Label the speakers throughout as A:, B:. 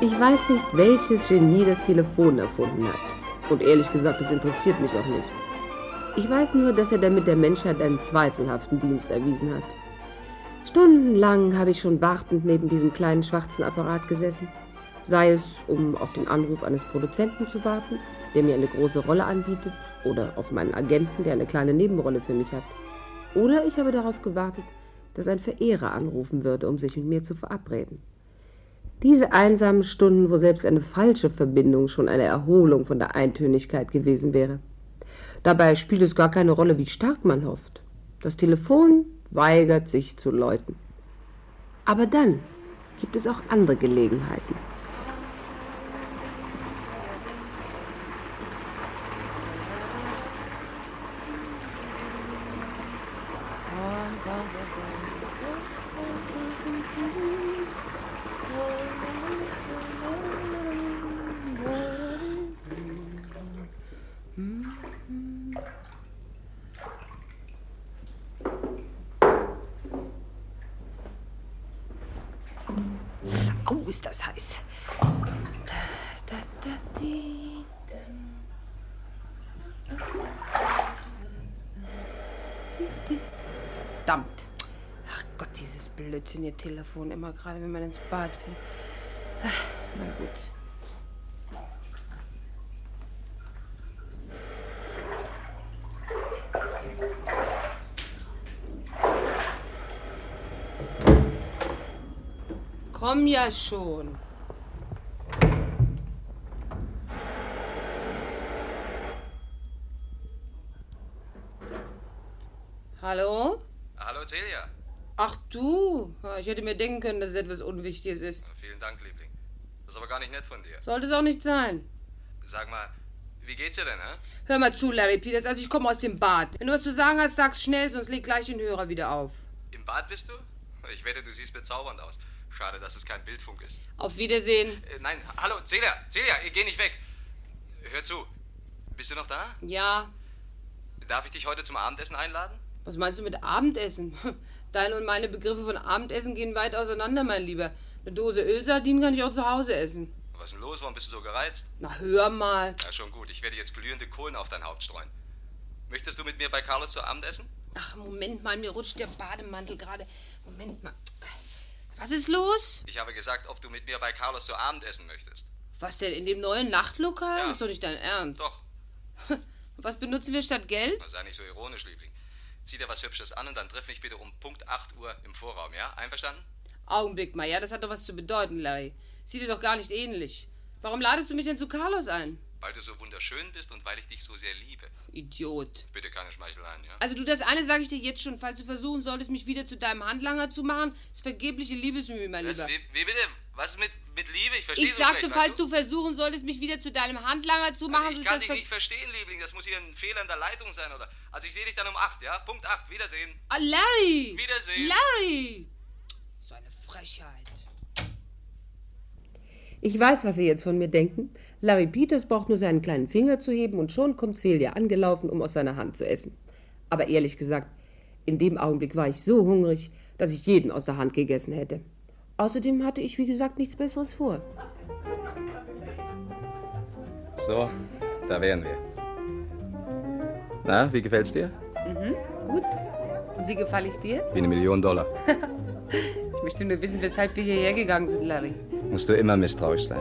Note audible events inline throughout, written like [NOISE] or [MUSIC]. A: Ich weiß nicht, welches Genie das Telefon erfunden hat. Und ehrlich gesagt, das interessiert mich auch nicht. Ich weiß nur, dass er damit der Menschheit einen zweifelhaften Dienst erwiesen hat. Stundenlang habe ich schon wartend neben diesem kleinen schwarzen Apparat gesessen. Sei es, um auf den Anruf eines Produzenten zu warten, der mir eine große Rolle anbietet, oder auf meinen Agenten, der eine kleine Nebenrolle für mich hat. Oder ich habe darauf gewartet, dass ein Verehrer anrufen würde, um sich mit mir zu verabreden. Diese einsamen Stunden, wo selbst eine falsche Verbindung schon eine Erholung von der Eintönigkeit gewesen wäre. Dabei spielt es gar keine Rolle, wie stark man hofft. Das Telefon weigert sich zu läuten. Aber dann gibt es auch andere Gelegenheiten.
B: Au, ist das heiß. Da, da, da, di, dam. Verdammt. Ach Gott, dieses Blödsinn, ihr Telefon. Immer gerade, wenn man ins Bad will. Ach, Na gut. Komm ja schon. Hallo?
C: Hallo Celia.
B: Ach du, Ja, ich hätte mir denken können, dass es etwas Unwichtiges ist.
C: Vielen Dank, Liebling. Das ist aber gar nicht nett von dir.
B: Sollte es auch nicht sein.
C: Sag mal, wie geht's dir denn, hä?
B: Hör mal zu, Larry Peters, also ich komme aus dem Bad. Wenn du was zu sagen hast, sag's schnell, sonst leg gleich den Hörer wieder auf.
C: Im Bad bist du? Ich wette, du siehst bezaubernd aus. Schade, dass es kein Bildfunk ist.
B: Auf Wiedersehen.
C: Äh, nein, hallo, Celia, Celia, ihr geh nicht weg. Hör zu. Bist du noch da?
B: Ja,
C: Darf ich dich heute zum Abendessen einladen?
B: was meinst du mit Abendessen? [LAUGHS] Deine und meine Begriffe von Abendessen gehen weit auseinander, mein Lieber. Eine Dose Ölsardinen kann ich auch zu Hause essen.
C: Was ist denn los? Warum bist du so gereizt?
B: Na, hör mal.
C: Na schon gut, ich werde jetzt glühende Kohlen auf dein Haupt streuen. Möchtest du mit mir bei Carlos zu Abend essen?
B: Ach, Moment mal, mir rutscht der Bademantel gerade. Moment mal. Was ist los?
C: Ich habe gesagt, ob du mit mir bei Carlos zu Abend essen möchtest.
B: Was denn, in dem neuen Nachtlokal?
C: Ja.
B: Ist doch nicht dein Ernst.
C: Doch.
B: Was benutzen wir statt Geld?
C: Sei nicht so ironisch, Liebling. Zieh dir was Hübsches an und dann triff mich bitte um Punkt 8 Uhr im Vorraum, ja? Einverstanden?
B: Augenblick mal, ja, das hat doch was zu bedeuten, Larry. Sieht dir doch gar nicht ähnlich. Warum ladest du mich denn zu Carlos ein?
C: Weil du so wunderschön bist und weil ich dich so sehr liebe.
B: Idiot.
C: Bitte keine Schmeicheleien, ja?
B: Also du, das eine sage ich dir jetzt schon, falls du versuchen solltest, mich wieder zu deinem Handlanger zu machen, ist vergebliche Liebesmühe, mein
C: Was,
B: Lieber.
C: Also, wie, wie bitte? Was ist mit, mit Liebe? Ich verstehe
B: Ich
C: so
B: sagte,
C: schlecht,
B: falls
C: weißt Also
B: du versuchen solltest, mich wieder zu deinem Handlanger zu machen,
C: Ich
B: so ist
C: kann
B: das
C: dich
B: ver
C: nicht verstehen, Liebling. Das muss hier ein Fehler in der Leitung sein, oder? Also ich sehe dich dann um 8, ja? Punkt 8. Wiedersehen.
B: Ah, Larry!
C: Wiedersehen.
B: Larry! So eine Frechheit.
A: Ich weiß, was Sie jetzt von mir denken. Larry Peters braucht nur seinen kleinen Finger zu heben und schon kommt Celia angelaufen, um aus seiner Hand zu essen. Aber ehrlich gesagt, in dem Augenblick war ich so hungrig, dass ich jeden aus der Hand gegessen hätte. Außerdem hatte ich, wie gesagt, nichts Besseres vor.
C: So, da wären wir. Na, wie gefällt's dir?
A: Gut. Und wie gefall ich dir?
C: Wie eine Million Dollar.
A: Ich möchte nur wissen, weshalb wir hierher gegangen sind, Larry.
C: Musst du immer misstrauisch sein.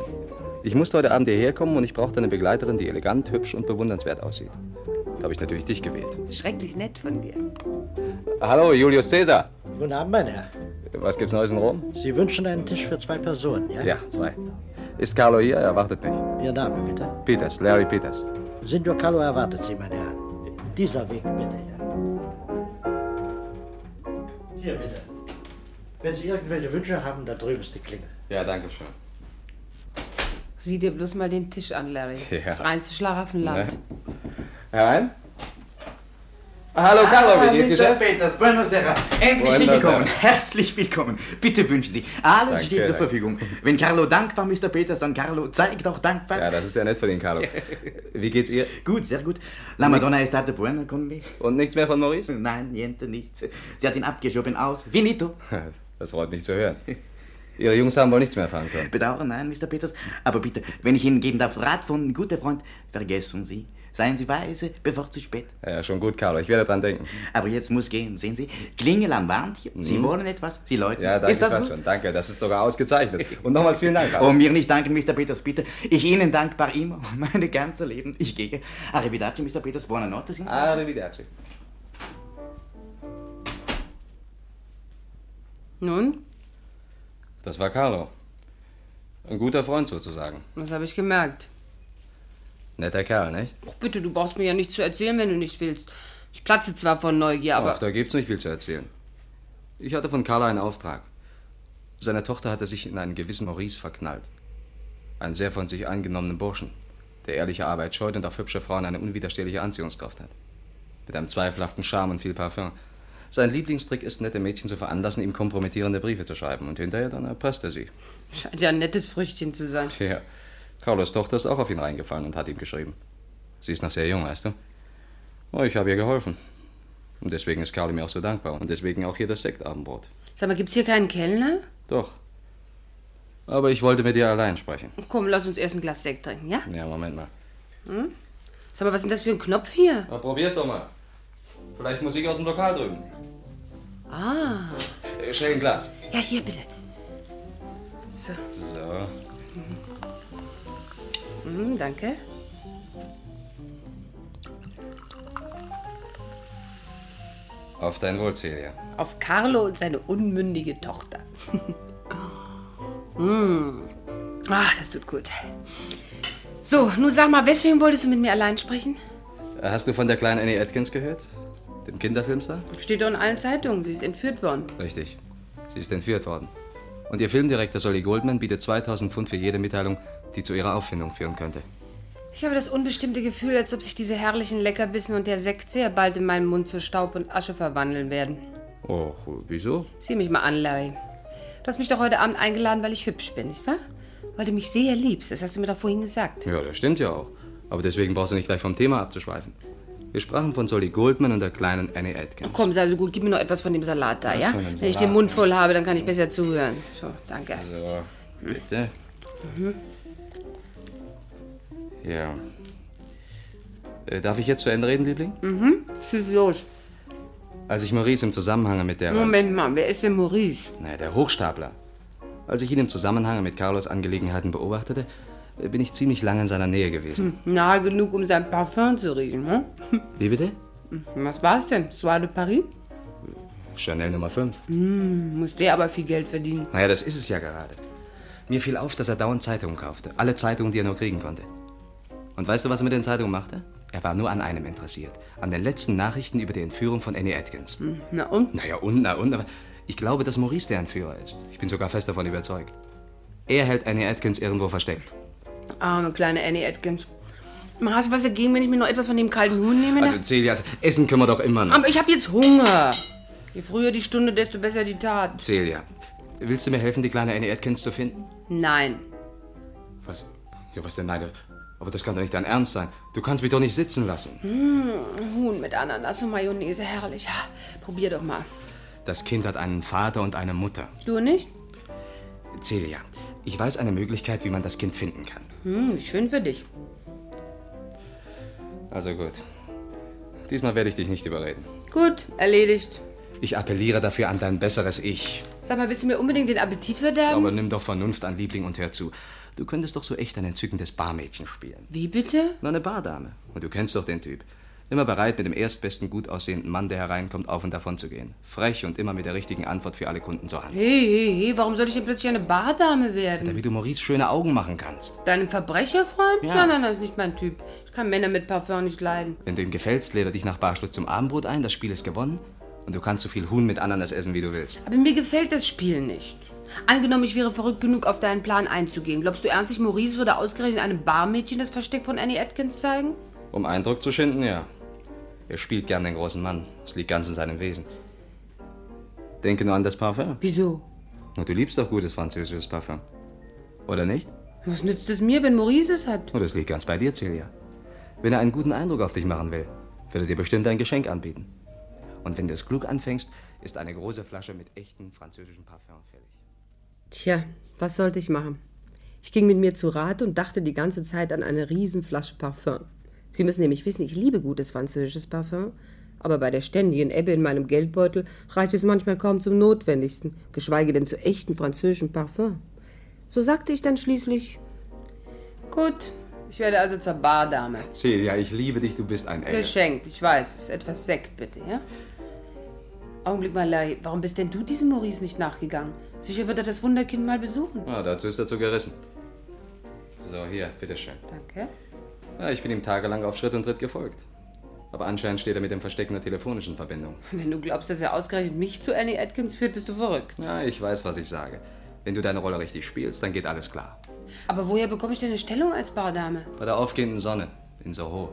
C: Ich musste heute Abend hierher kommen und ich brauchte eine Begleiterin, die elegant, hübsch und bewundernswert aussieht. Da habe ich natürlich dich gewählt.
A: Das ist schrecklich nett von dir.
C: Hallo, Julius Caesar.
D: Guten Abend, mein Herr.
C: Was gibt's Neues in Rom?
D: Sie wünschen einen Tisch für zwei Personen, ja?
C: Ja, zwei. Ist Carlo hier? Er wartet mich.
D: Ihr Name, bitte.
C: Peters, Larry Peters.
D: Signor Carlo erwartet Sie, mein Herr. Dieser Weg, bitte, ja. Hier, bitte. Wenn Sie irgendwelche Wünsche haben, da drüben ist die Klingel.
C: Ja, danke schön.
A: Sieh dir bloß mal den Tisch an, Larry.
C: Ja. Das
A: reinste Schlaraffenland.
C: Herein. Hallo, Carlo, wie geht's
E: Mr.
C: Geschäft?
E: Peters, Buenos Aires. Endlich
C: Buenos
E: Sie gekommen.
C: Aires.
E: Herzlich willkommen. Bitte wünschen Sie. Alles
C: Danke,
E: steht zur
C: danke.
E: Verfügung. Wenn Carlo dankbar, Mr. Peters, dann Carlo zeigt auch dankbar.
C: Ja, das ist ja nett von Ihnen, Carlo. Wie geht's ihr?
E: Gut, sehr gut. La Madonna è stata buona con me.
C: Und nichts mehr von Maurice?
E: Nein, niente, nichts. Sie hat ihn abgeschoben aus. Vinito.
C: Das freut mich zu hören.
F: Ihre Jungs haben wohl nichts mehr erfahren können.
E: Bedauern, nein, Mr. Peters. Aber bitte, wenn ich Ihnen geben darf, Rat von guter Freund, vergessen Sie. Seien Sie weise, bevor zu spät.
F: Ja, schon gut, Carlo. Ich werde dran denken.
E: Aber jetzt muss gehen, sehen Sie. Klingel am Warntier.
C: Mhm.
E: Sie wollen etwas, Sie läuten.
F: Ja, danke,
E: Ist das
F: passt
E: gut?
F: schon. Danke, das Um- ist sogar ausgezeichnet. Und nochmals vielen Dank. Carlo.
E: Oh, mir nicht danken, Mr. Peters, bitte. Ich Ihnen dankbar immer, um meine ganze Leben. Ich gehe. Arrivederci, Mr. Peters. Buonanotte, Sie.
F: Arrivederci.
B: Nun,
F: Das war Carlo. Ein guter Freund sozusagen.
B: das habe ich gemerkt.
F: Netter Kerl, nicht?
B: Och, bitte, du brauchst mir ja nicht zu erzählen, wenn du nicht willst. Ich platze zwar vor Neugier, aber.
F: Ach, da gibt's nicht viel zu erzählen. Ich hatte von Carla einen Auftrag. Seine Tochter hatte sich in einen gewissen Maurice verknallt. Einen sehr von sich angenommenen Burschen, der ehrliche Arbeit scheut und auf hübsche Frauen eine unwiderstehliche Anziehungskraft hat. Mit einem zweifelhaften Charme und viel Parfüm. Sein Lieblingstrick ist, nette Mädchen zu veranlassen, ihm kompromittierende Briefe zu schreiben. Und hinterher dann erpresst er sie.
B: Scheint ja ein nettes Früchtchen zu sein.
F: Tja, Carlos Tochter ist auch auf ihn reingefallen und hat ihm geschrieben. Sie ist noch sehr jung, weißt du? Oh, ich habe ihr geholfen. Und deswegen ist Carlo mir auch so dankbar. Und deswegen auch hier das Sektabendbrot.
B: Sag mal, gibt's hier keinen Kellner?
F: Doch. Aber ich wollte mit dir allein sprechen.
B: Komm, lass uns erst ein Glas Sekt trinken, ja?
F: Ja, Moment mal.
B: Sag mal, was ist denn das für ein Knopf hier?
F: Na, probier's doch mal. Vielleicht Musik aus dem Lokal drüben.
B: Ah.
F: Äh, Schnell ein Glas.
B: Ja, hier bitte.
F: So.
B: Hm, danke.
F: Auf dein Wohl, Celia.
B: Auf Carlo und seine unmündige Tochter. [LAUGHS] hm. Ach, das tut gut. So, nun sag mal, weswegen wolltest du mit mir allein sprechen?
F: Äh, Hast du von der kleinen Annie Atkins gehört? Dem Kinderfilmstar?
B: Steht doch in allen Zeitungen, sie ist entführt worden.
F: Richtig. Sie ist entführt worden. Und ihr Filmdirektor Solly Goldman bietet 2000 Pfund für jede Mitteilung, die zu ihrer Auffindung führen könnte.
B: Ich habe das unbestimmte Gefühl, als ob sich diese herrlichen Leckerbissen und der Sekt sehr bald in meinem Mund zu Staub und Asche verwandeln werden.
F: Och, wieso?
B: Sieh mich mal an, Larry. Du hast mich doch heute Abend eingeladen, weil ich hübsch bin, nicht wahr? Weil du mich sehr liebst, das hast du mir doch vorhin gesagt.
F: Ja, das stimmt ja auch. Aber deswegen brauchst du nicht gleich vom Thema abzuschweifen. Wir sprachen von Solly Goldman und der kleinen Annie Atkins.
B: Oh, Komm, sei so gut, gib mir noch etwas von dem Salat da, ja?
F: von dem
B: Wenn ich den
F: Salat?
B: Mund voll habe, dann kann ich besser zuhören. So, danke.
F: So, bitte.
B: Mhm.
F: Ja. Äh, darf ich jetzt zu Ende reden, Liebling?
B: Mhm. Schieß los.
F: Als ich Maurice im Zusammenhang mit der...
B: Moment mal, wer ist denn Maurice?
F: Naja, der Hochstapler. Als ich ihn im Zusammenhang mit Carlos Angelegenheiten beobachtete, äh, bin ich ziemlich lange in seiner Nähe gewesen.
B: Nahe genug, um sein Parfum zu riechen, hm?
F: Wie bitte?
B: Was war's denn? Soir de Paris?
F: Chanel Nummer 5.
B: Muss der aber viel Geld verdienen.
F: Naja, das ist es ja gerade. Mir fiel auf, dass er dauernd Zeitungen kaufte. Alle Zeitungen, die er nur kriegen konnte. Und weißt du, was er mit den Zeitungen machte? Er war nur an einem interessiert. An den letzten Nachrichten über die Entführung von Annie Atkins.
B: Na und?
F: Naja, und, na und, aber ich glaube, dass Maurice der Entführer ist. Ich bin sogar fest davon überzeugt. Er hält Annie Atkins irgendwo versteckt.
B: Arme kleine Annie Atkins. Hast du was dagegen, wenn ich mir noch etwas von dem kalten Huhn nehme? ne?
F: Also, Celia, also, Essen können wir doch immer noch.
B: Aber ich habe jetzt Hunger. Je früher die Stunde, desto besser die Tat.
F: Celia, willst du mir helfen, die kleine Annie Atkins zu finden?
B: Nein.
F: Was? Ja, was denn? Nein, aber das kann doch nicht dein Ernst sein. Du kannst mich doch nicht sitzen lassen.
B: Huhn mit Ananas und Mayonnaise, herrlich. Ja, Probier doch mal.
F: Das Kind hat einen Vater und eine Mutter.
B: Du nicht?
F: Celia, ich weiß eine Möglichkeit, wie man das Kind finden kann.
B: Hm, schön für dich.
F: Also gut. Diesmal werde ich dich nicht überreden.
B: Gut, erledigt.
F: Ich appelliere dafür an dein besseres Ich.
B: Sag mal, willst du mir unbedingt den Appetit verderben?
F: Aber nimm doch Vernunft an, Liebling, und hör zu. Du könntest doch so echt ein entzückendes Barmädchen spielen.
B: Wie bitte?
F: Na, eine Bardame. Und du kennst doch den Typ. Immer bereit, mit dem erstbesten, gut aussehenden Mann, der hereinkommt, auf und davon zu gehen. Frech und immer mit der richtigen Antwort für alle Kunden zur Hand.
B: Hey, hey, hey, warum soll ich denn plötzlich eine Bardame werden?
F: Damit du Maurice schöne Augen machen kannst.
B: Deinem Verbrecherfreund?
F: Ja.
B: Nein, nein, das ist nicht mein Typ. Ich kann Männer mit Parfum nicht leiden.
F: Wenn du ihm gefällst, lädt er dich nach Barschluss zum Abendbrot ein, das Spiel ist gewonnen. Und du kannst so viel Huhn mit Ananas essen, wie du willst.
B: Aber mir gefällt das Spiel nicht. Angenommen, ich wäre verrückt genug, auf deinen Plan einzugehen. Glaubst du ernstlich, Maurice würde ausgerechnet einem Barmädchen das Versteck von Annie Atkins zeigen?
F: Um Eindruck zu schinden, ja. Er spielt gern den großen Mann. Es liegt ganz in seinem Wesen. Denke nur an das Parfum.
B: Wieso?
F: Na, du liebst doch gutes französisches Parfum. Oder nicht?
B: Was nützt es mir, wenn Maurice es hat?
F: Oh, das liegt ganz bei dir, Celia. Wenn er einen guten Eindruck auf dich machen will, wird er dir bestimmt ein Geschenk anbieten. Und wenn du es klug anfängst, ist eine große Flasche mit echtem französischem Parfum fällig.
A: Tja, was sollte ich machen? Ich ging mit mir zu Rat und dachte die ganze Zeit an eine Riesenflasche Parfüm. Sie müssen nämlich wissen, ich liebe gutes französisches Parfüm, aber bei der ständigen Ebbe in meinem Geldbeutel reicht es manchmal kaum zum Notwendigsten, geschweige denn zu echten französischem Parfüm. So sagte ich dann schließlich,
B: Gut, ich werde also zur Bardame.
C: Celia, ich liebe dich, du bist ein Engel.
B: Geschenkt, ich weiß es. Etwas Sekt bitte, ja? Augenblick mal, Larry, warum bist denn du diesem Maurice nicht nachgegangen? Sicher wird er das Wunderkind mal besuchen.
C: Ah, dazu ist er zu gerissen. So, hier, bitteschön.
B: Danke.
C: Ja, ich bin ihm tagelang auf Schritt und Tritt gefolgt. Aber anscheinend steht er mit dem Verstecken der telefonischen Verbindung.
B: Wenn du glaubst, dass er ausgerechnet mich zu Annie Atkins führt, bist du verrückt.
C: Ja, ich weiß, was ich sage. Wenn du deine Rolle richtig spielst, dann geht alles klar.
B: Aber woher bekomme ich denn eine Stellung als Bardame?
C: Bei der aufgehenden Sonne in Soho.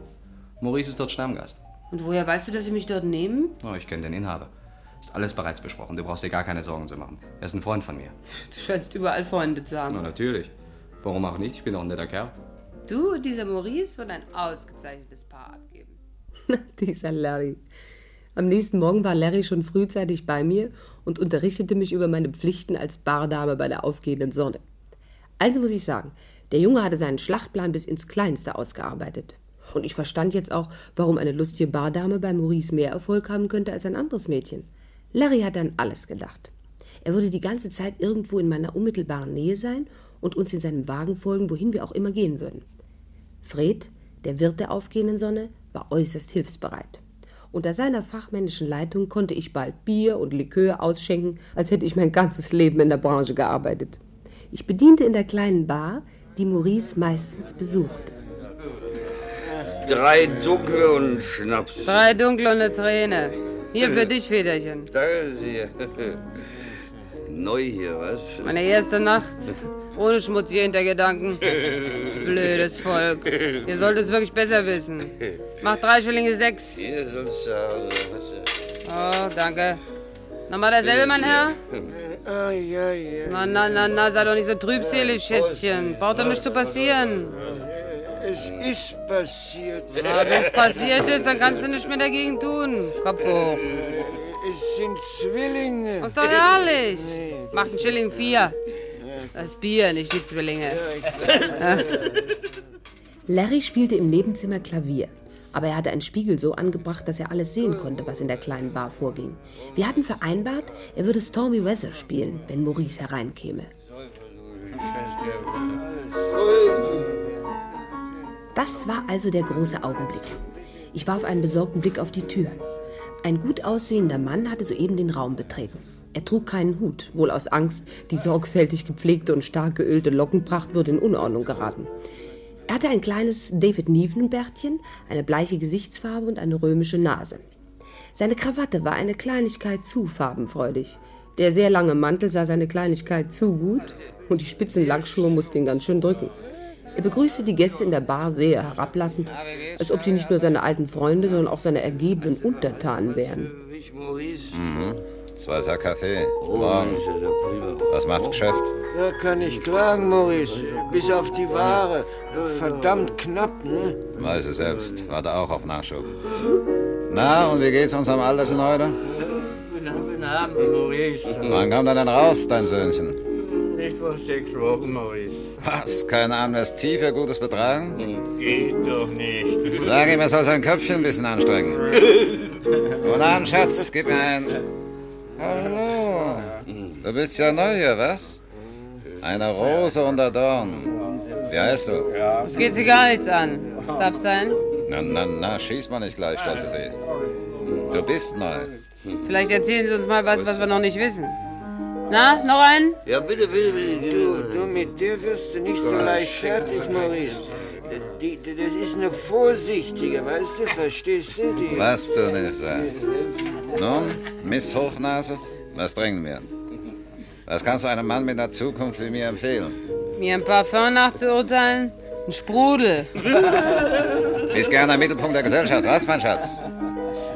C: Maurice ist dort Stammgast.
B: Und woher weißt du, dass sie mich dort nehmen?
C: Oh, ich kenne den Inhaber. Ist alles bereits besprochen. Du brauchst dir gar keine Sorgen zu machen. Er ist ein Freund von mir.
B: Du scheinst überall Freunde zu haben.
C: Na, natürlich. Warum auch nicht? Ich bin doch ein netter Kerl.
B: Du und dieser Maurice würden ein ausgezeichnetes Paar abgeben.
A: [LAUGHS] dieser Larry. Am nächsten Morgen war Larry schon frühzeitig bei mir und unterrichtete mich über meine Pflichten als Bardame bei der aufgehenden Sonne. Also muss ich sagen, der Junge hatte seinen Schlachtplan bis ins Kleinste ausgearbeitet. Und ich verstand jetzt auch, warum eine lustige Bardame bei Maurice mehr Erfolg haben könnte als ein anderes Mädchen. Larry hatte an alles gedacht. Er würde die ganze Zeit irgendwo in meiner unmittelbaren Nähe sein und uns in seinem Wagen folgen, wohin wir auch immer gehen würden. Fred, der Wirt der aufgehenden Sonne, war äußerst hilfsbereit. Unter seiner fachmännischen Leitung konnte ich bald Bier und Likör ausschenken, als hätte ich mein ganzes Leben in der Branche gearbeitet. Ich bediente in der kleinen Bar, die Maurice meistens besuchte.
G: Drei dunkle und Schnaps.
B: Drei dunkle und eine Träne. Hier für dich, Federchen.
G: Da ist sie. [LAUGHS] Neu hier, was?
B: Meine erste Nacht. Ohne schmutzige Hintergedanken. Blödes Volk. Ihr sollt es wirklich besser wissen. Macht drei Schillinge sechs.
G: Hier sollst du haben. also, was?
B: Oh, danke. Nochmal dasselbe, mein Herr? Na, na, na, na, sei doch nicht so trübselig, Schätzchen. Braucht doch nicht zu passieren.
H: Es ist passiert.
B: Aber wenn's passiert ist, dann kannst du nichts mehr dagegen tun. Kopf hoch.
H: Es sind Zwillinge.
B: Ist doch herrlich. Macht einen Schilling vier. Das Bier, nicht die Zwillinge.
A: Larry spielte im Nebenzimmer Klavier. Aber er hatte einen Spiegel so angebracht, dass er alles sehen konnte, was in der kleinen Bar vorging. Wir hatten vereinbart, er würde Stormy Weather spielen, wenn Maurice hereinkäme. Das war also der große Augenblick. Ich warf einen besorgten Blick auf die Tür. Ein gut aussehender Mann hatte soeben den Raum betreten. Er trug keinen Hut, wohl aus Angst, die sorgfältig gepflegte und stark geölte Lockenpracht würde in Unordnung geraten. Er hatte ein kleines David Neven-Bärtchen, eine bleiche Gesichtsfarbe und eine römische Nase. Seine Krawatte war eine Kleinigkeit zu farbenfreudig. Der sehr lange Mantel sah seine Kleinigkeit zu gut und die spitzen Lackschuhe mussten ihn ganz schön drücken. Er begrüßte die Gäste in der Bar sehr herablassend, als ob sie nicht nur seine alten Freunde, sondern auch seine ergebenen Untertanen wären.
G: Ich Maurice.
F: Zwei Sack Kaffee.
G: Oh, Das
F: Morgen.
G: ist ja der Prima.
F: Was macht's Geschäft?
H: Da kann ich klagen, Maurice. Bis auf die Ware. Verdammt knapp, ne?
F: Weiß es selbst. Warte auch auf Nachschub. Na, und wie geht's unserem Altersen heute?
I: Guten Abend, guten Abend, Maurice.
F: Wann kommt er denn raus, dein Söhnchen?
I: Nicht vor sechs Wochen, Maurice.
F: Was? Keine Amnestie für gutes Betragen?
I: Geht doch nicht.
F: Sag ihm, er soll sein Köpfchen ein bisschen anstrengen. Guten Abend, Schatz. Gib mir ein. Hallo. Du bist ja neu hier, was? Eine Rose unter Dorn. Wie heißt du?
B: Es geht sie gar nichts an. Es darf sein.
F: Na, na, na, schieß mal nicht gleich, stolze Fee. Du bist neu.
B: Vielleicht erzählen sie uns mal was, was wir noch nicht wissen. Na, noch einen?
G: Ja, bitte, bitte, bitte.
H: Du,
G: gib
H: du, mit der wirst du nicht so leicht fertig, Maurice. Die, die, das ist eine vorsichtige, weißt du? Verstehst du? Die,
F: Was du nicht sagst. Nun, Miss Hochnase, was dringen wir? Was kannst du einem Mann mit einer Zukunft wie mir empfehlen?
B: Mir ein Parfum nachzuurteilen? Ein Sprudel.
F: Bist gerne am Mittelpunkt der Gesellschaft, was, mein Schatz?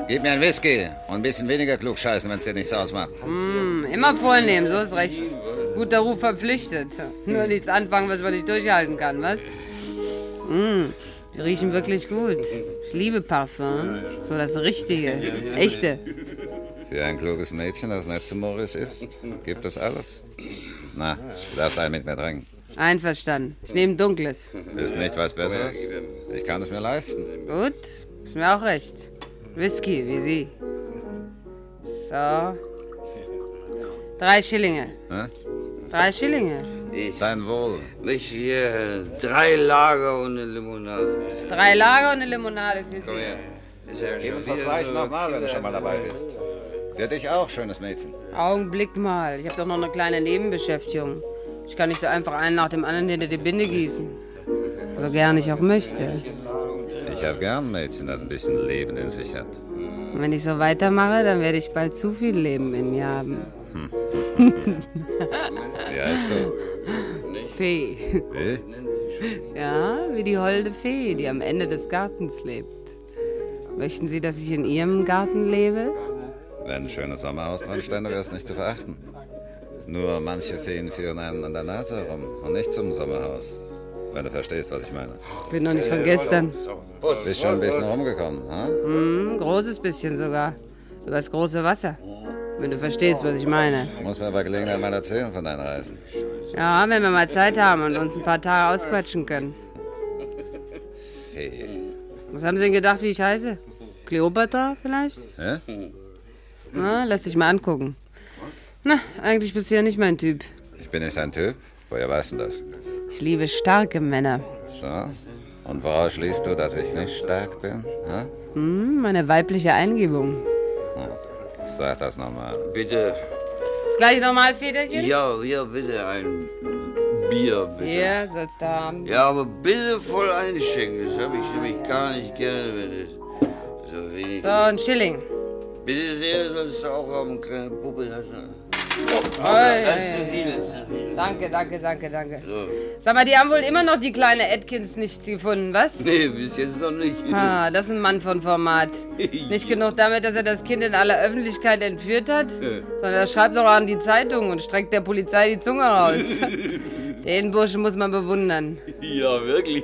F: Gib mir ein Whisky und ein bisschen weniger klugscheißen, wenn es dir nichts ausmacht.
B: Hm, immer vornehmen, so ist recht. Guter Ruf verpflichtet. Nur nichts anfangen, was man nicht durchhalten kann, was? Hm, die riechen wirklich gut. Ich liebe Parfum. So das Richtige, echte.
F: Für ein kluges Mädchen, das nett zu Morris ist, gibt es alles. Na, du darfst einen mit mir trinken.
A: Einverstanden. Ich nehme Dunkles.
F: Ist nicht was Besseres? Ich kann es mir leisten.
A: Gut, ist mir auch recht. Whisky, wie Sie. So. Drei Schillinge.
F: Hä?
A: Drei Schillinge.
F: Dein Wohl.
G: Nicht hier. Drei Lager und eine Limonade.
A: Drei Lager und eine Limonade für
G: Komm
A: Sie.
G: her. Ist ja
F: Gib
G: schon
F: uns das
G: wieder
F: gleich
G: so
H: ne?
F: nochmal, wenn du
G: Kinder-
F: schon mal dabei bist. Für dich auch, schönes Mädchen.
A: Augenblick mal. Ich habe doch noch eine kleine Nebenbeschäftigung. Ich kann nicht so einfach einen nach dem anderen hinter die Binde gießen. So gern ich auch möchte.
F: Ich habe gern ein Mädchen, das ein bisschen Leben in sich hat.
A: Und wenn ich so weitermache, dann werde ich bald zu viel Leben in mir haben.
F: Wie heißt du?
A: Fee.
F: Wie?
A: Ja, wie die holde Fee, die am Ende des Gartens lebt. Möchten Sie, dass ich in Ihrem Garten lebe?
F: Wenn ein schönes Sommerhaus dran stände, wäre es nicht zu verachten. Nur manche Feen führen einen an der Nase herum und nicht zum Sommerhaus. Wenn du verstehst, was ich meine.
A: Ich bin noch nicht von gestern.
F: Bist schon ein bisschen rumgekommen, ha?
A: Hm, großes bisschen sogar. Übers große Wasser. Wenn du verstehst, was ich meine.
F: Muss mir bei Gelegenheit mal erzählen von deinen Reisen.
A: Ja, wenn wir mal Zeit haben und uns ein paar Tage ausquatschen können.
F: Hey.
A: Was haben Sie denn gedacht, wie ich heiße? Kleopatra vielleicht?
F: Hä?
A: Na, lass dich mal angucken. Na, eigentlich bist du ja nicht mein Typ.
F: Ich bin nicht ein Typ. Woher weißt du das?
A: Ich liebe starke Männer.
F: So. Und woraus schließt du, dass ich nicht stark bin? Ha? Hm.
A: Hm, meine weibliche Eingebung.
F: Sag das nochmal.
G: Bitte.
A: Das gleiche nochmal, Väterchen?
G: Ja, ja, bitte ein Bier, bitte.
A: Hier, sollst du haben.
G: Ja, aber bitte voll einschenken. Das habe ich nämlich gar nicht gerne, wenn es so wenig
A: So, ein Schilling.
G: Bitte sehr, sonst auch haben kleine Puppe. Das
A: Oi,
G: das ist
A: oi,
G: zu
A: oi.
G: viel, das ist zu viel.
A: Danke, danke, danke, danke.
G: So.
A: Sag mal, die haben wohl immer noch die kleine Atkins nicht
G: [LAUGHS]
A: gefunden, was?
G: Nee, bis jetzt noch nicht.
A: Ah, das ist ein Mann von Format. Nicht genug damit, dass er das Kind in aller Öffentlichkeit entführt hat, sondern er schreibt noch an die Zeitung und streckt der Polizei die Zunge raus. Den Burschen muss man bewundern.
G: Ja, wirklich.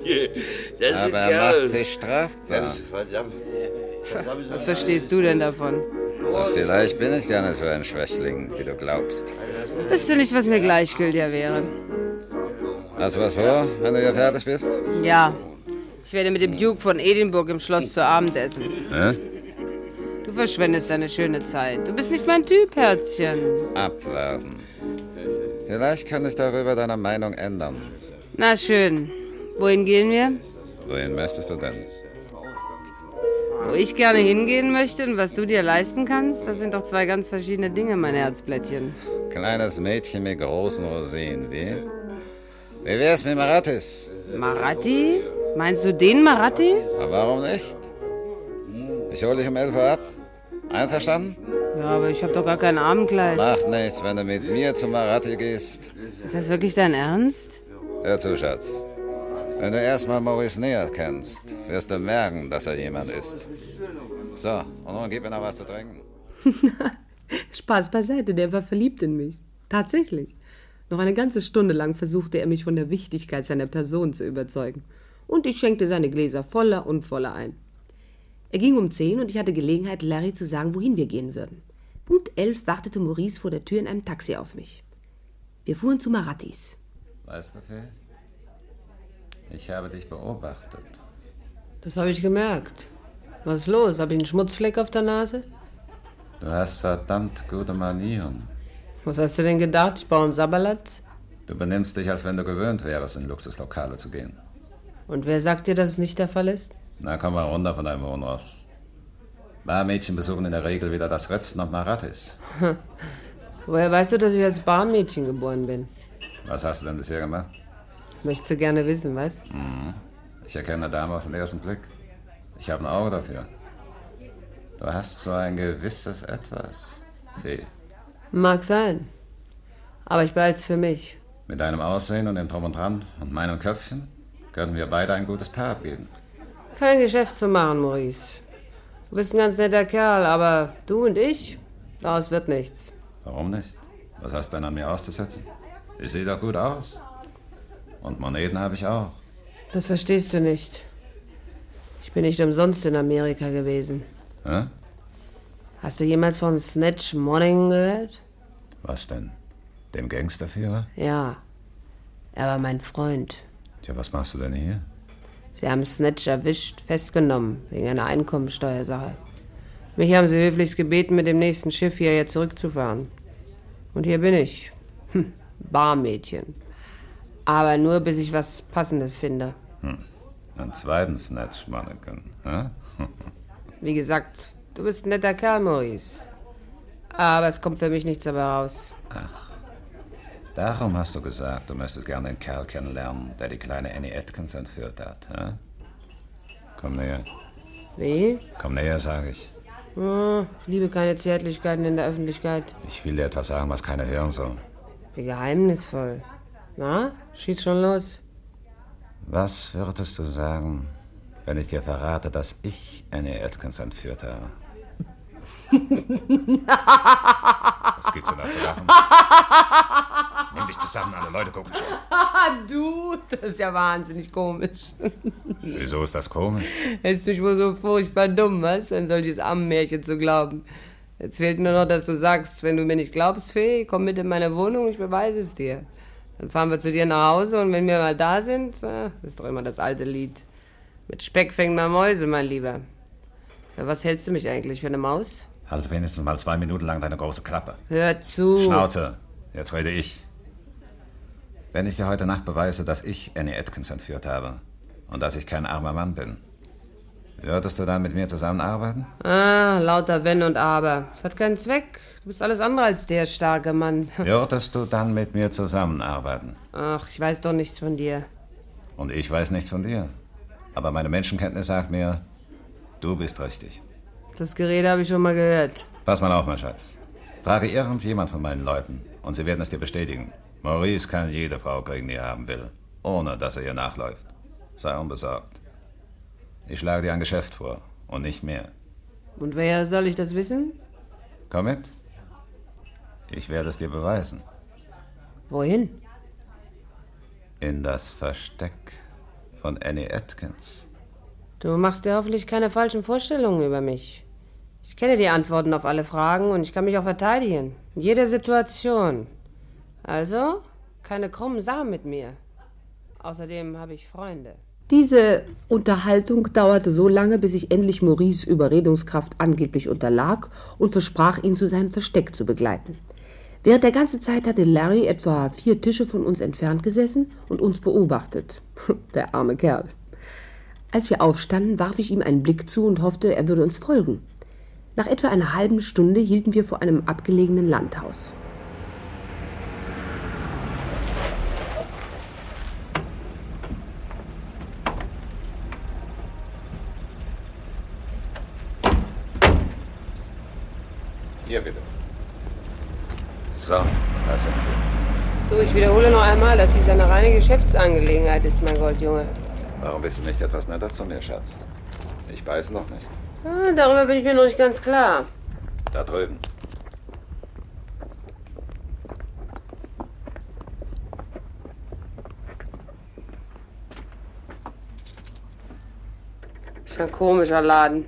G: Das ist
F: Aber
G: ein
F: er macht
G: Kerl.
F: sich strafbar.
G: Das ist verdammt.
A: Was verstehst du denn davon?
F: Vielleicht bin ich gar nicht so ein Schwächling, wie du glaubst.
A: Wisst du nicht, was mir gleichgültiger wäre?
F: Hast du was vor, wenn du hier fertig bist?
A: Ja, ich werde mit dem Duke von Edinburgh im Schloss zu Abend essen.
F: Hä?
A: Du verschwendest deine schöne Zeit. Du bist nicht mein Typ, Herzchen.
F: Abwarten. Vielleicht kann ich darüber deine Meinung ändern.
A: Na schön. Wohin gehen wir?
F: Wohin möchtest du denn?
A: Wo ich gerne hingehen möchte und was du dir leisten kannst, das sind doch zwei ganz verschiedene Dinge, mein Herzblättchen.
F: Kleines Mädchen mit großen Rosinen, wie? Wie wär's mit Maratis?
A: Marathi? Meinst du den Marathi?
F: Aber warum nicht? Ich hole dich um 11 Uhr ab. Einverstanden?
A: Ja, aber ich habe doch gar kein Abendkleid.
F: Macht nichts, wenn du mit mir zu Marathi gehst.
A: Ist das wirklich dein Ernst?
F: Hör zu, Schatz. Wenn du erstmal Maurice näher kennst, wirst du merken, dass er jemand ist. So, und nun gib mir noch was zu trinken.
J: Spaß beiseite, der war verliebt in mich. Tatsächlich. Noch eine ganze Stunde lang versuchte er mich von der Wichtigkeit seiner Person zu überzeugen. Und ich schenkte seine Gläser voller und voller ein. Er ging um zehn und ich hatte Gelegenheit, Larry zu sagen, wohin wir gehen würden. Punkt elf wartete Maurice vor der Tür in einem Taxi auf mich. Wir fuhren zu Marathis.
F: Weißt du, Phil? Ich habe dich beobachtet.
A: Das habe ich gemerkt. Was ist los? Habe ich einen Schmutzfleck auf der Nase?
F: Du hast verdammt gute Manieren.
A: Was hast du denn gedacht? Ich baue einen Sabberlatz?
F: Du benimmst dich, als wenn du gewöhnt wärst, in Luxuslokale zu gehen.
A: Und wer sagt dir, dass es nicht der Fall ist?
F: Na, komm mal runter von deinem Wohnross. Barmädchen besuchen in der Regel weder das Rötzen noch Maratis.
A: Woher weißt du, dass ich als Barmädchen geboren bin?
F: Was hast du denn bisher gemacht?
A: Möchtest du gerne wissen, was?
F: Ich erkenne Dame auf den ersten Blick. Ich habe ein Auge dafür. Du hast so ein gewisses Etwas, Fee.
A: Mag sein. Aber ich behalte es für mich.
F: Mit deinem Aussehen und dem Drum und Dran und meinem Köpfchen könnten wir beide ein gutes Paar abgeben.
A: Kein Geschäft zu machen, Maurice. Du bist ein ganz netter Kerl, aber du und ich, daraus wird nichts.
F: Warum nicht? Was hast du denn an mir auszusetzen? Ich sehe doch gut aus. Und Moneten habe ich auch.
A: Das verstehst du nicht. Ich bin nicht umsonst in Amerika gewesen.
F: Hä?
A: Hast du jemals von Snatch Morning gehört?
F: Was denn? Dem Gangsterführer?
A: Ja. Er war mein Freund.
F: Tja, was machst du denn hier?
A: Sie haben Snatch erwischt, festgenommen, wegen einer Einkommensteuersache. Mich haben sie höflichst gebeten, mit dem nächsten Schiff hierher zurückzufahren. Und hier bin ich. Hm, Barmädchen. Aber nur, bis ich was Passendes finde.
F: Hm. Einen zweiten Snatch machen können. Hä? Hm.
A: Wie gesagt, du bist ein netter Kerl, Maurice. Aber es kommt für mich nichts dabei raus.
F: Ach. Darum hast du gesagt, du möchtest gerne den Kerl kennenlernen, der die kleine Annie Atkins entführt hat. Hä? Komm näher.
A: Wie?
F: Komm näher, sage ich.
A: Hm, ich liebe keine Zärtlichkeiten in der Öffentlichkeit.
F: Ich will dir etwas sagen, was keiner hören soll.
A: Wie geheimnisvoll. Na, schieß schon los.
F: Was würdest du sagen, wenn ich dir verrate, dass ich Annie Atkins entführt habe? Was gibt's denn da zu lachen? Nimm dich zusammen, alle Leute gucken schon.
A: Ah, du, das ist ja wahnsinnig komisch.
F: Wieso ist das komisch?
A: Hältst mich wohl so furchtbar dumm, was? An solches Ammenmärchen zu glauben. Jetzt fehlt nur noch, dass du sagst, wenn du mir nicht glaubst, Fee, komm mit in meine Wohnung, ich beweise es dir. Dann fahren wir zu dir nach Hause und wenn wir mal da sind, äh, ist doch immer das alte Lied. Mit Speck fängt man Mäuse, mein Lieber. Ja, was hältst du mich eigentlich für eine Maus?
F: Halt wenigstens mal zwei Minuten lang deine große Klappe.
A: Hör zu.
F: Oh. Schnauze, jetzt rede ich. Wenn ich dir heute Nacht beweise, dass ich Annie Atkins entführt habe und dass ich kein armer Mann bin, würdest du dann mit mir zusammenarbeiten?
A: Ah, lauter Wenn und Aber. Es hat keinen Zweck. Du bist alles andere als der starke Mann.
F: Würdest du dann mit mir zusammenarbeiten?
A: Ach, ich weiß doch nichts von dir.
F: Und ich weiß nichts von dir. Aber meine Menschenkenntnis sagt mir, du bist richtig.
A: Das Gerede habe ich schon mal gehört.
F: Pass mal auf, mein Schatz. Frage irgendjemand von meinen Leuten und sie werden es dir bestätigen. Maurice kann jede Frau kriegen, die er haben will, ohne dass er ihr nachläuft. Sei unbesorgt. Ich schlage dir ein Geschäft vor und nicht mehr.
A: Und wer soll ich das wissen?
F: Komm mit. Ich werde es dir beweisen.
A: Wohin?
F: In das Versteck von Annie Atkins.
A: Du machst dir hoffentlich keine falschen Vorstellungen über mich. Ich kenne die Antworten auf alle Fragen und ich kann mich auch verteidigen. In jeder Situation. Also, keine krummen Sachen mit mir. Außerdem habe ich Freunde.
K: Diese Unterhaltung dauerte so lange, bis ich endlich Maurice Überredungskraft angeblich unterlag und versprach, ihn zu seinem Versteck zu begleiten. Während der ganzen Zeit hatte Larry etwa vier Tische von uns entfernt gesessen und uns beobachtet. [LAUGHS] Der arme Kerl. Als wir aufstanden, warf ich ihm einen Blick zu und hoffte, er würde uns folgen. Nach etwa einer halben Stunde hielten wir vor einem abgelegenen Landhaus.
F: Hier bitte. So, da sind wir.
A: Du, ich wiederhole noch einmal, dass dies eine reine Geschäftsangelegenheit ist, mein Goldjunge.
F: Warum bist du nicht etwas netter zu mir, Schatz? Ich weiß noch nicht.
A: Ah, darüber bin ich mir noch nicht ganz klar.
F: Da drüben.
A: Ist ein komischer Laden.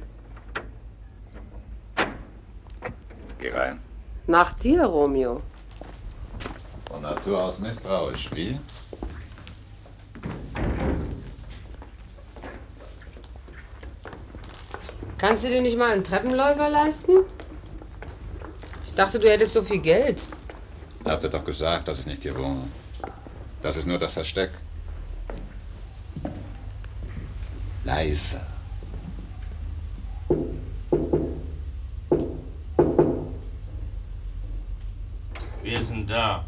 F: Geh rein.
A: Nach dir, Romeo.
F: Von Natur aus misstrauisch, wie?
A: Kannst du dir nicht mal einen Treppenläufer leisten? Ich dachte, du hättest so viel Geld.
F: Habt ihr doch gesagt, dass ich nicht hier wohne. Das ist nur das Versteck. Leise.
L: Wir sind da.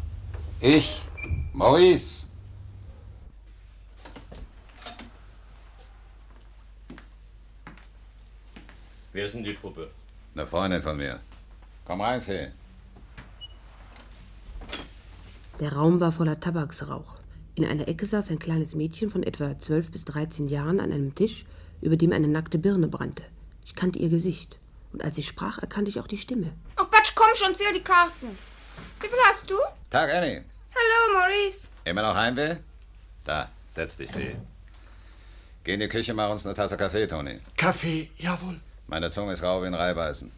F: Ich, Maurice.
L: Wer sind die Puppe?
F: Eine Freundin von mir. Komm rein, Fee.
K: Der Raum war voller Tabaksrauch. In einer Ecke saß ein kleines Mädchen von etwa 12 bis 13 Jahren an einem Tisch, über dem eine nackte Birne brannte. Ich kannte ihr Gesicht. Und als sie sprach, erkannte ich auch die Stimme.
M: Ach, Batsch, komm schon, zähl die Karten. Wie viel hast du?
F: Tag, Annie.
M: Hallo, Maurice.
F: Immer noch Heimweh? Da, setz dich, Fee. Geh in die Küche, mach uns eine Tasse Kaffee, Toni.
N: Kaffee, jawohl.
F: Meine Zunge ist rau wie ein Reibeißen.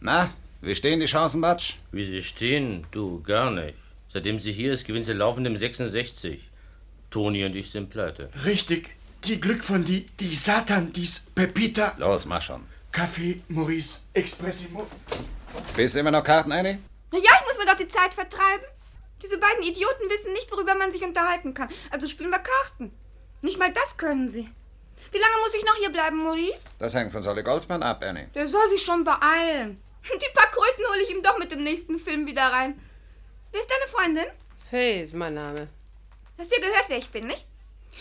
F: Na, Wie stehen die Chancen, Batsch?
I: Wie sie stehen? Du, gar nicht. Seitdem sie hier ist, gewinnt sie laufend im 66. Toni und ich sind pleite.
O: Richtig. Die Glück von die, die Satan, dies Pepita.
F: Los, mach schon.
O: Kaffee, Maurice, Expressimo.
F: Spielst du immer noch Karten, Annie?
M: Na ja, ich muss mir doch die Zeit vertreiben. Diese beiden Idioten wissen nicht, worüber man sich unterhalten kann. Also spielen wir Karten. Nicht mal das können sie. Wie lange muss ich noch hier bleiben, Maurice?
F: Das hängt von Solly Goldman ab, Annie.
M: Der soll sich schon beeilen. [LAUGHS] Die paar Kröten hole ich ihm doch mit dem nächsten Film wieder rein. Wer ist deine Freundin?
B: Fee ist mein Name.
M: Hast du gehört, wer ich bin, nicht?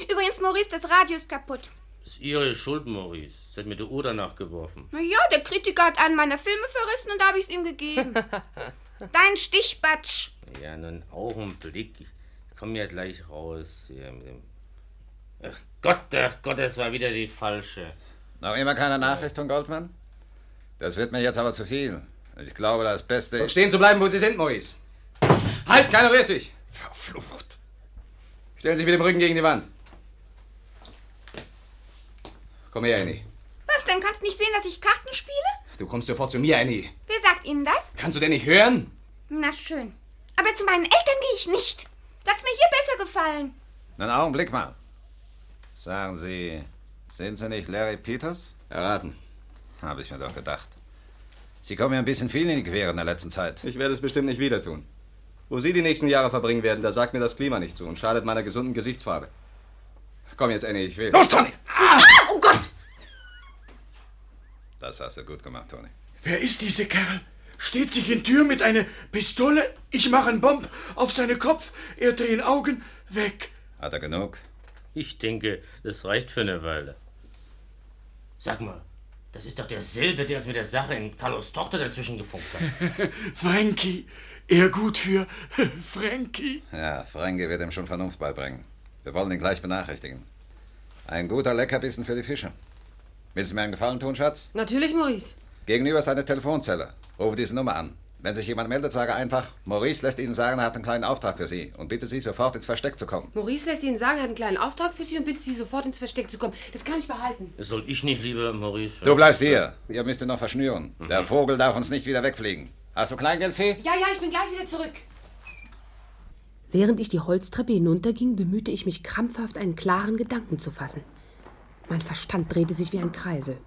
M: Übrigens, Maurice, das Radio ist kaputt.
I: Das ist ihre Schuld, Maurice. Sie hat mir die Uhr danach geworfen.
M: Na ja, der Kritiker hat einen meiner Filme verrissen und da habe ich es ihm gegeben. Dein Stichbatsch.
I: Ja, nun Augenblick. Ich komme ja gleich raus. Hier mit dem ach Gott, ach Gott, das war wieder die falsche.
F: Noch immer keine Nachricht von Goldman? Das wird mir jetzt aber zu viel. Ich glaube, das Beste ist.
C: Stehen zu bleiben, wo Sie sind, Maurice. Halt, keiner rührt sich. Verflucht. Stellen Sie sich mit dem Rücken gegen die Wand. Komm her, Annie.
M: Was denn? Kannst nicht sehen, dass ich Karten spiele?
C: Du kommst sofort zu mir, Annie.
M: Wer sagt Ihnen das?
C: Kannst du denn nicht hören?
M: Na schön. Aber zu meinen Eltern gehe ich nicht. Da hat's mir hier besser gefallen.
F: Einen Augenblick mal. Sagen Sie, sind Sie nicht Larry Peters?
C: Erraten.
F: Habe ich mir doch gedacht. Sie kommen mir ein bisschen viel in die Quere in der letzten Zeit.
C: Ich werde es bestimmt nicht wieder tun. Wo Sie die nächsten Jahre verbringen werden, da sagt mir das Klima nicht zu und schadet meiner gesunden Gesichtsfarbe. Komm jetzt, Annie, ich will.
O: Los, Tony!
M: oh Gott!
F: Das hast du gut gemacht, Tony.
O: Wer ist diese Kerl? Steht sich in Tür mit einer Pistole? Ich mache einen Bomb auf seinen Kopf, er drehen Augen, weg.
F: Hat er genug?
I: Ich denke, das reicht für eine Weile. Sag mal, das ist doch derselbe, der uns mit der Sache in Carlos Tochter dazwischen gefunkt hat.
O: Frankie, eher gut für Frankie.
F: Ja, Franke wird ihm schon Vernunft beibringen. Wir wollen ihn gleich benachrichtigen. Ein guter Leckerbissen für die Fische. Willst du mir einen Gefallen tun, Schatz?
B: Natürlich, Maurice.
F: Gegenüber ist eine Telefonzelle. Rufe diese Nummer an. Wenn sich jemand meldet, sage einfach, Maurice lässt Ihnen sagen, er hat einen kleinen Auftrag für Sie und bitte Sie, sofort ins Versteck zu kommen.
B: Maurice lässt Ihnen sagen, er hat einen kleinen Auftrag für Sie und bittet Sie sofort ins Versteck zu kommen. Das kann ich behalten.
I: Das soll ich nicht, lieber Maurice.
F: Du bleibst hier. Ihr müsst ihn noch verschnüren. Der Vogel darf uns nicht wieder wegfliegen. Hast du Kleingeld, Fee?
B: Ja, ja, ich bin gleich wieder zurück.
A: Während ich die Holztreppe hinunterging, bemühte ich mich krampfhaft, einen klaren Gedanken zu fassen. Mein Verstand drehte sich wie ein Kreisel.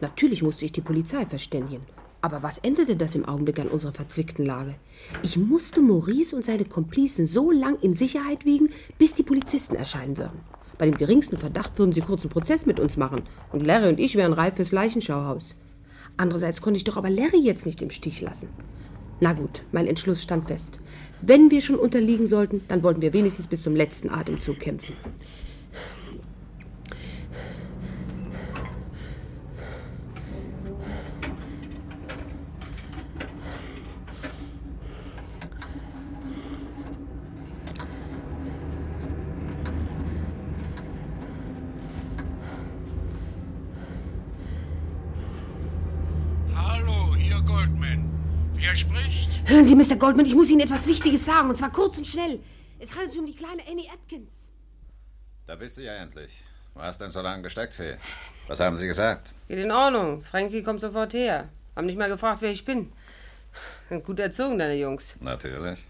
A: Natürlich musste ich die Polizei verständigen. Aber was änderte das im Augenblick an unserer verzwickten Lage? Ich musste Maurice und seine Komplizen so lang in Sicherheit wiegen, bis die Polizisten erscheinen würden. Bei dem geringsten Verdacht würden sie kurzen Prozess mit uns machen. Und Larry und ich wären reif fürs Leichenschauhaus. Andererseits konnte ich doch aber Larry jetzt nicht im Stich lassen. Na gut, mein Entschluss stand fest. Wenn wir schon unterliegen sollten, dann wollten wir wenigstens bis zum letzten Atemzug kämpfen.
P: Hallo, hier Goldman. Wer spricht?
A: Hören Sie, Mr. Goldman, ich muss Ihnen etwas Wichtiges sagen, und zwar kurz und schnell. Es handelt sich um die kleine Annie Atkins.
F: Da bist du ja endlich. Wo hast du denn so lange gesteckt, Fee? Was haben sie gesagt?
B: Geht in Ordnung. Frankie kommt sofort her. Haben nicht mal gefragt, wer ich bin. Sind gut erzogen, deine Jungs.
F: Natürlich.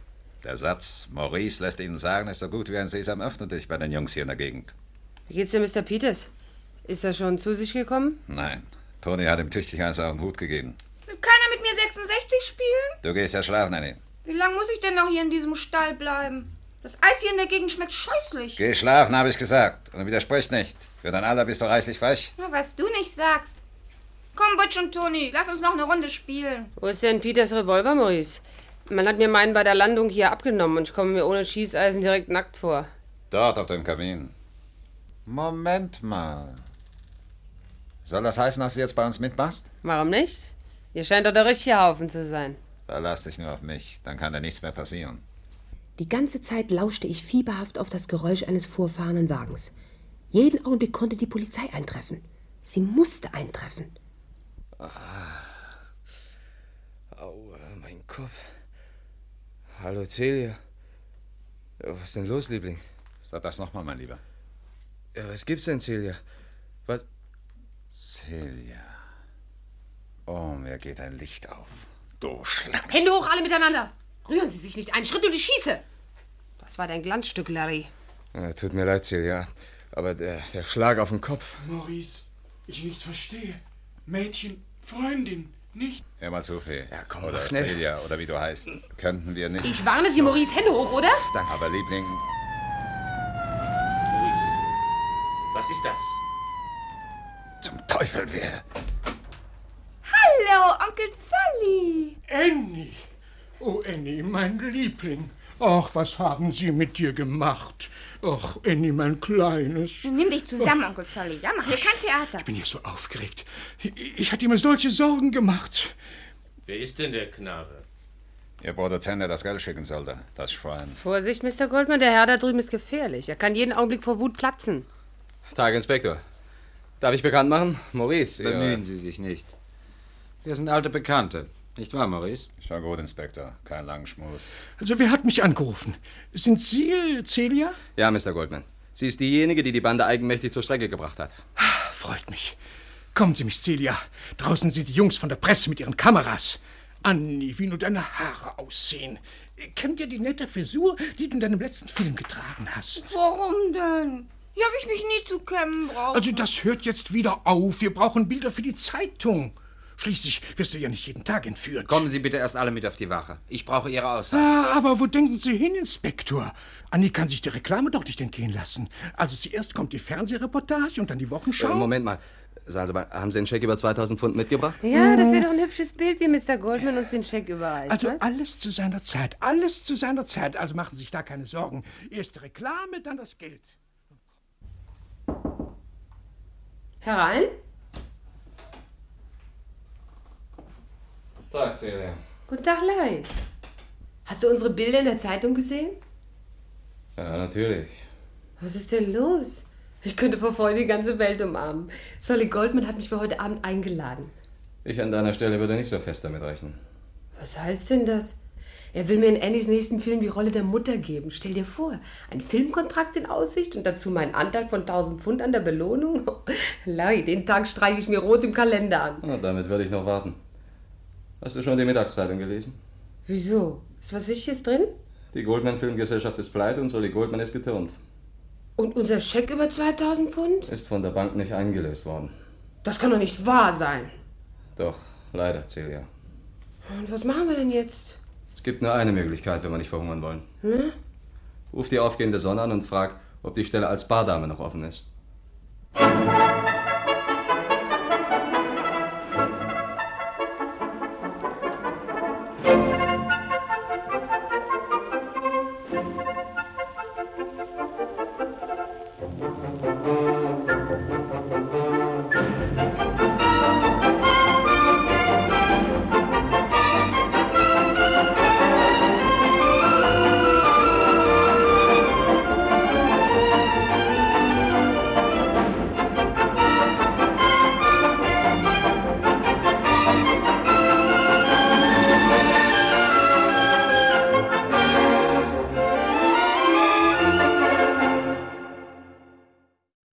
F: Der Satz, Maurice lässt Ihnen sagen, ist so gut wie ein Sesam öffne dich bei den Jungs hier in der Gegend.
B: Wie geht's dir, Mr. Peters? Ist er schon zu sich gekommen?
F: Nein, Toni hat ihm tüchtig eins auf den Hut gegeben.
M: Will keiner mit mir 66 spielen?
F: Du gehst ja schlafen, Annie.
M: Wie lange muss ich denn noch hier in diesem Stall bleiben? Das Eis hier in der Gegend schmeckt scheußlich.
F: Geh schlafen, habe ich gesagt. Und widersprich nicht. Für dein Alter bist du reichlich frech.
M: Na, was du nicht sagst. Komm, Butch und Toni, lass uns noch eine Runde spielen.
B: Wo ist denn Peters Revolver, Maurice? Man hat mir meinen bei der Landung hier abgenommen und ich komme mir ohne Schießeisen direkt nackt vor.
F: Dort auf dem Kamin. Moment mal. Soll das heißen, dass du jetzt bei uns mitmachst?
B: Warum nicht? Ihr scheint doch der richtige Haufen zu sein.
F: Verlass dich nur auf mich, dann kann dir nichts mehr passieren.
A: Die ganze Zeit lauschte ich fieberhaft auf das Geräusch eines vorfahrenden Wagens. Jeden Augenblick konnte die Polizei eintreffen. Sie musste eintreffen.
C: Aua, mein Kopf. Hallo, Celia. Ja, Was ist denn los, Liebling?
F: Sag das nochmal, mein Lieber.
C: Ja, was gibt's denn, Celia? Was?
F: Celia. Oh, mir geht ein Licht auf.
A: Du Schlange.
Q: Hände hoch alle miteinander. Rühren Sie sich nicht einen Schritt und ich schieße. Das war dein Glanzstück, Larry.
C: Ja, Äh, tut mir leid, Celia. Aber der, der Schlag auf den Kopf.
R: Maurice, ich nicht verstehe. Mädchen, Freundin, nicht?
F: Hör mal zu, Fee. Ja, komm, oder
C: schnell.
F: Celia, oder wie du heißt. Könnten wir nicht.
Q: Ich warne Sie, Maurice, Hände hoch, oder?
F: Danke. Aber Liebling,
S: Was ist das?
F: zum Teufel wir.
M: Hallo, Onkel Sally.
A: Annie. Oh, Annie, mein Liebling. Ach, was haben Sie mit dir gemacht? Ach, Annie, mein Kleines.
M: Nimm dich zusammen, Onkel Solly, ja? Mach hier kein Theater.
A: Ich bin hier so aufgeregt. Ich, ich hatte mir solche Sorgen gemacht.
S: Wer ist denn der Knabe?
F: Ihr Produzent, der das Geld schicken sollte. Das Schwein.
B: Vorsicht, Mr. Goldman, der Herr da drüben ist gefährlich. Er kann jeden Augenblick vor Wut platzen.
C: Tag, Inspektor. Darf ich bekannt machen? Maurice. Ihr-
G: Bemühen Sie sich nicht. Wir sind alte Bekannte. Nicht wahr, Maurice?
F: Schon gut, Inspektor. Kein langen Schmus.
A: Also, wer hat mich angerufen? Sind Sie äh, Celia?
C: Ja, Mr. Goldman. Sie ist diejenige, die die Bande eigenmächtig zur Strecke gebracht hat.
A: Freut mich. Kommen Sie mich, Celia. Draußen sind die Jungs von der Presse mit ihren Kameras. Anni, wie nur deine Haare aussehen. Kennt ihr die nette Frisur, die du in deinem letzten Film getragen hast?
M: Warum denn? Hier habe ich mich nie zu kämmen brauchen.
A: Also das hört jetzt wieder auf. Wir brauchen Bilder für die Zeitung. Schließlich wirst du ja nicht jeden Tag entführt.
G: Kommen Sie bitte erst alle mit auf die Wache. Ich brauche Ihre Aussage.
A: Ah, aber wo denken Sie hin, Inspektor? Anni kann sich die Reklame doch nicht entgehen lassen. Also zuerst kommt die Fernsehreportage und dann die Wochenschau.
C: Äh, Moment mal. Sagen Sie mal, haben Sie einen Scheck über 2000 Pfund mitgebracht?
B: Ja, das wäre doch ein hübsches Bild, wie Mr. Goldman uns den Scheck überreicht.
A: Also
B: was?
A: alles zu seiner Zeit, alles zu seiner Zeit. Also machen Sie sich da keine Sorgen. Erst die Reklame, dann das Geld.
B: Herein?
C: Tag, Celia.
Q: Guten Tag, Larry. Hast du unsere Bilder in der Zeitung gesehen?
C: Ja, natürlich.
Q: Was ist denn los? Ich könnte vor Freude die ganze Welt umarmen. Solly Goldman hat mich für heute Abend eingeladen.
C: Ich an deiner Stelle würde nicht so fest damit rechnen.
Q: Was heißt denn das? Er will mir in Annies nächsten Film die Rolle der Mutter geben. Stell dir vor, ein Filmkontrakt in Aussicht und dazu meinen Anteil von 1000 Pfund an der Belohnung. [LAUGHS] Larry, den Tag streiche ich mir rot im Kalender an.
C: Na, damit würde ich noch warten. Hast du schon die Mittagszeitung gelesen?
Q: Wieso? Ist was Wichtiges drin?
C: Die Goldman Filmgesellschaft ist pleite und Solly Goldman ist getürmt.
Q: Und unser Scheck über 2000 Pfund?
C: Ist von der Bank nicht eingelöst worden.
Q: Das kann doch nicht wahr sein.
C: Doch, leider, Celia.
Q: Und was machen wir denn jetzt?
C: Es gibt nur eine Möglichkeit, wenn wir nicht verhungern wollen.
Q: Hm?
C: Ruf die aufgehende Sonne an und frag, ob die Stelle als Bardame noch offen ist.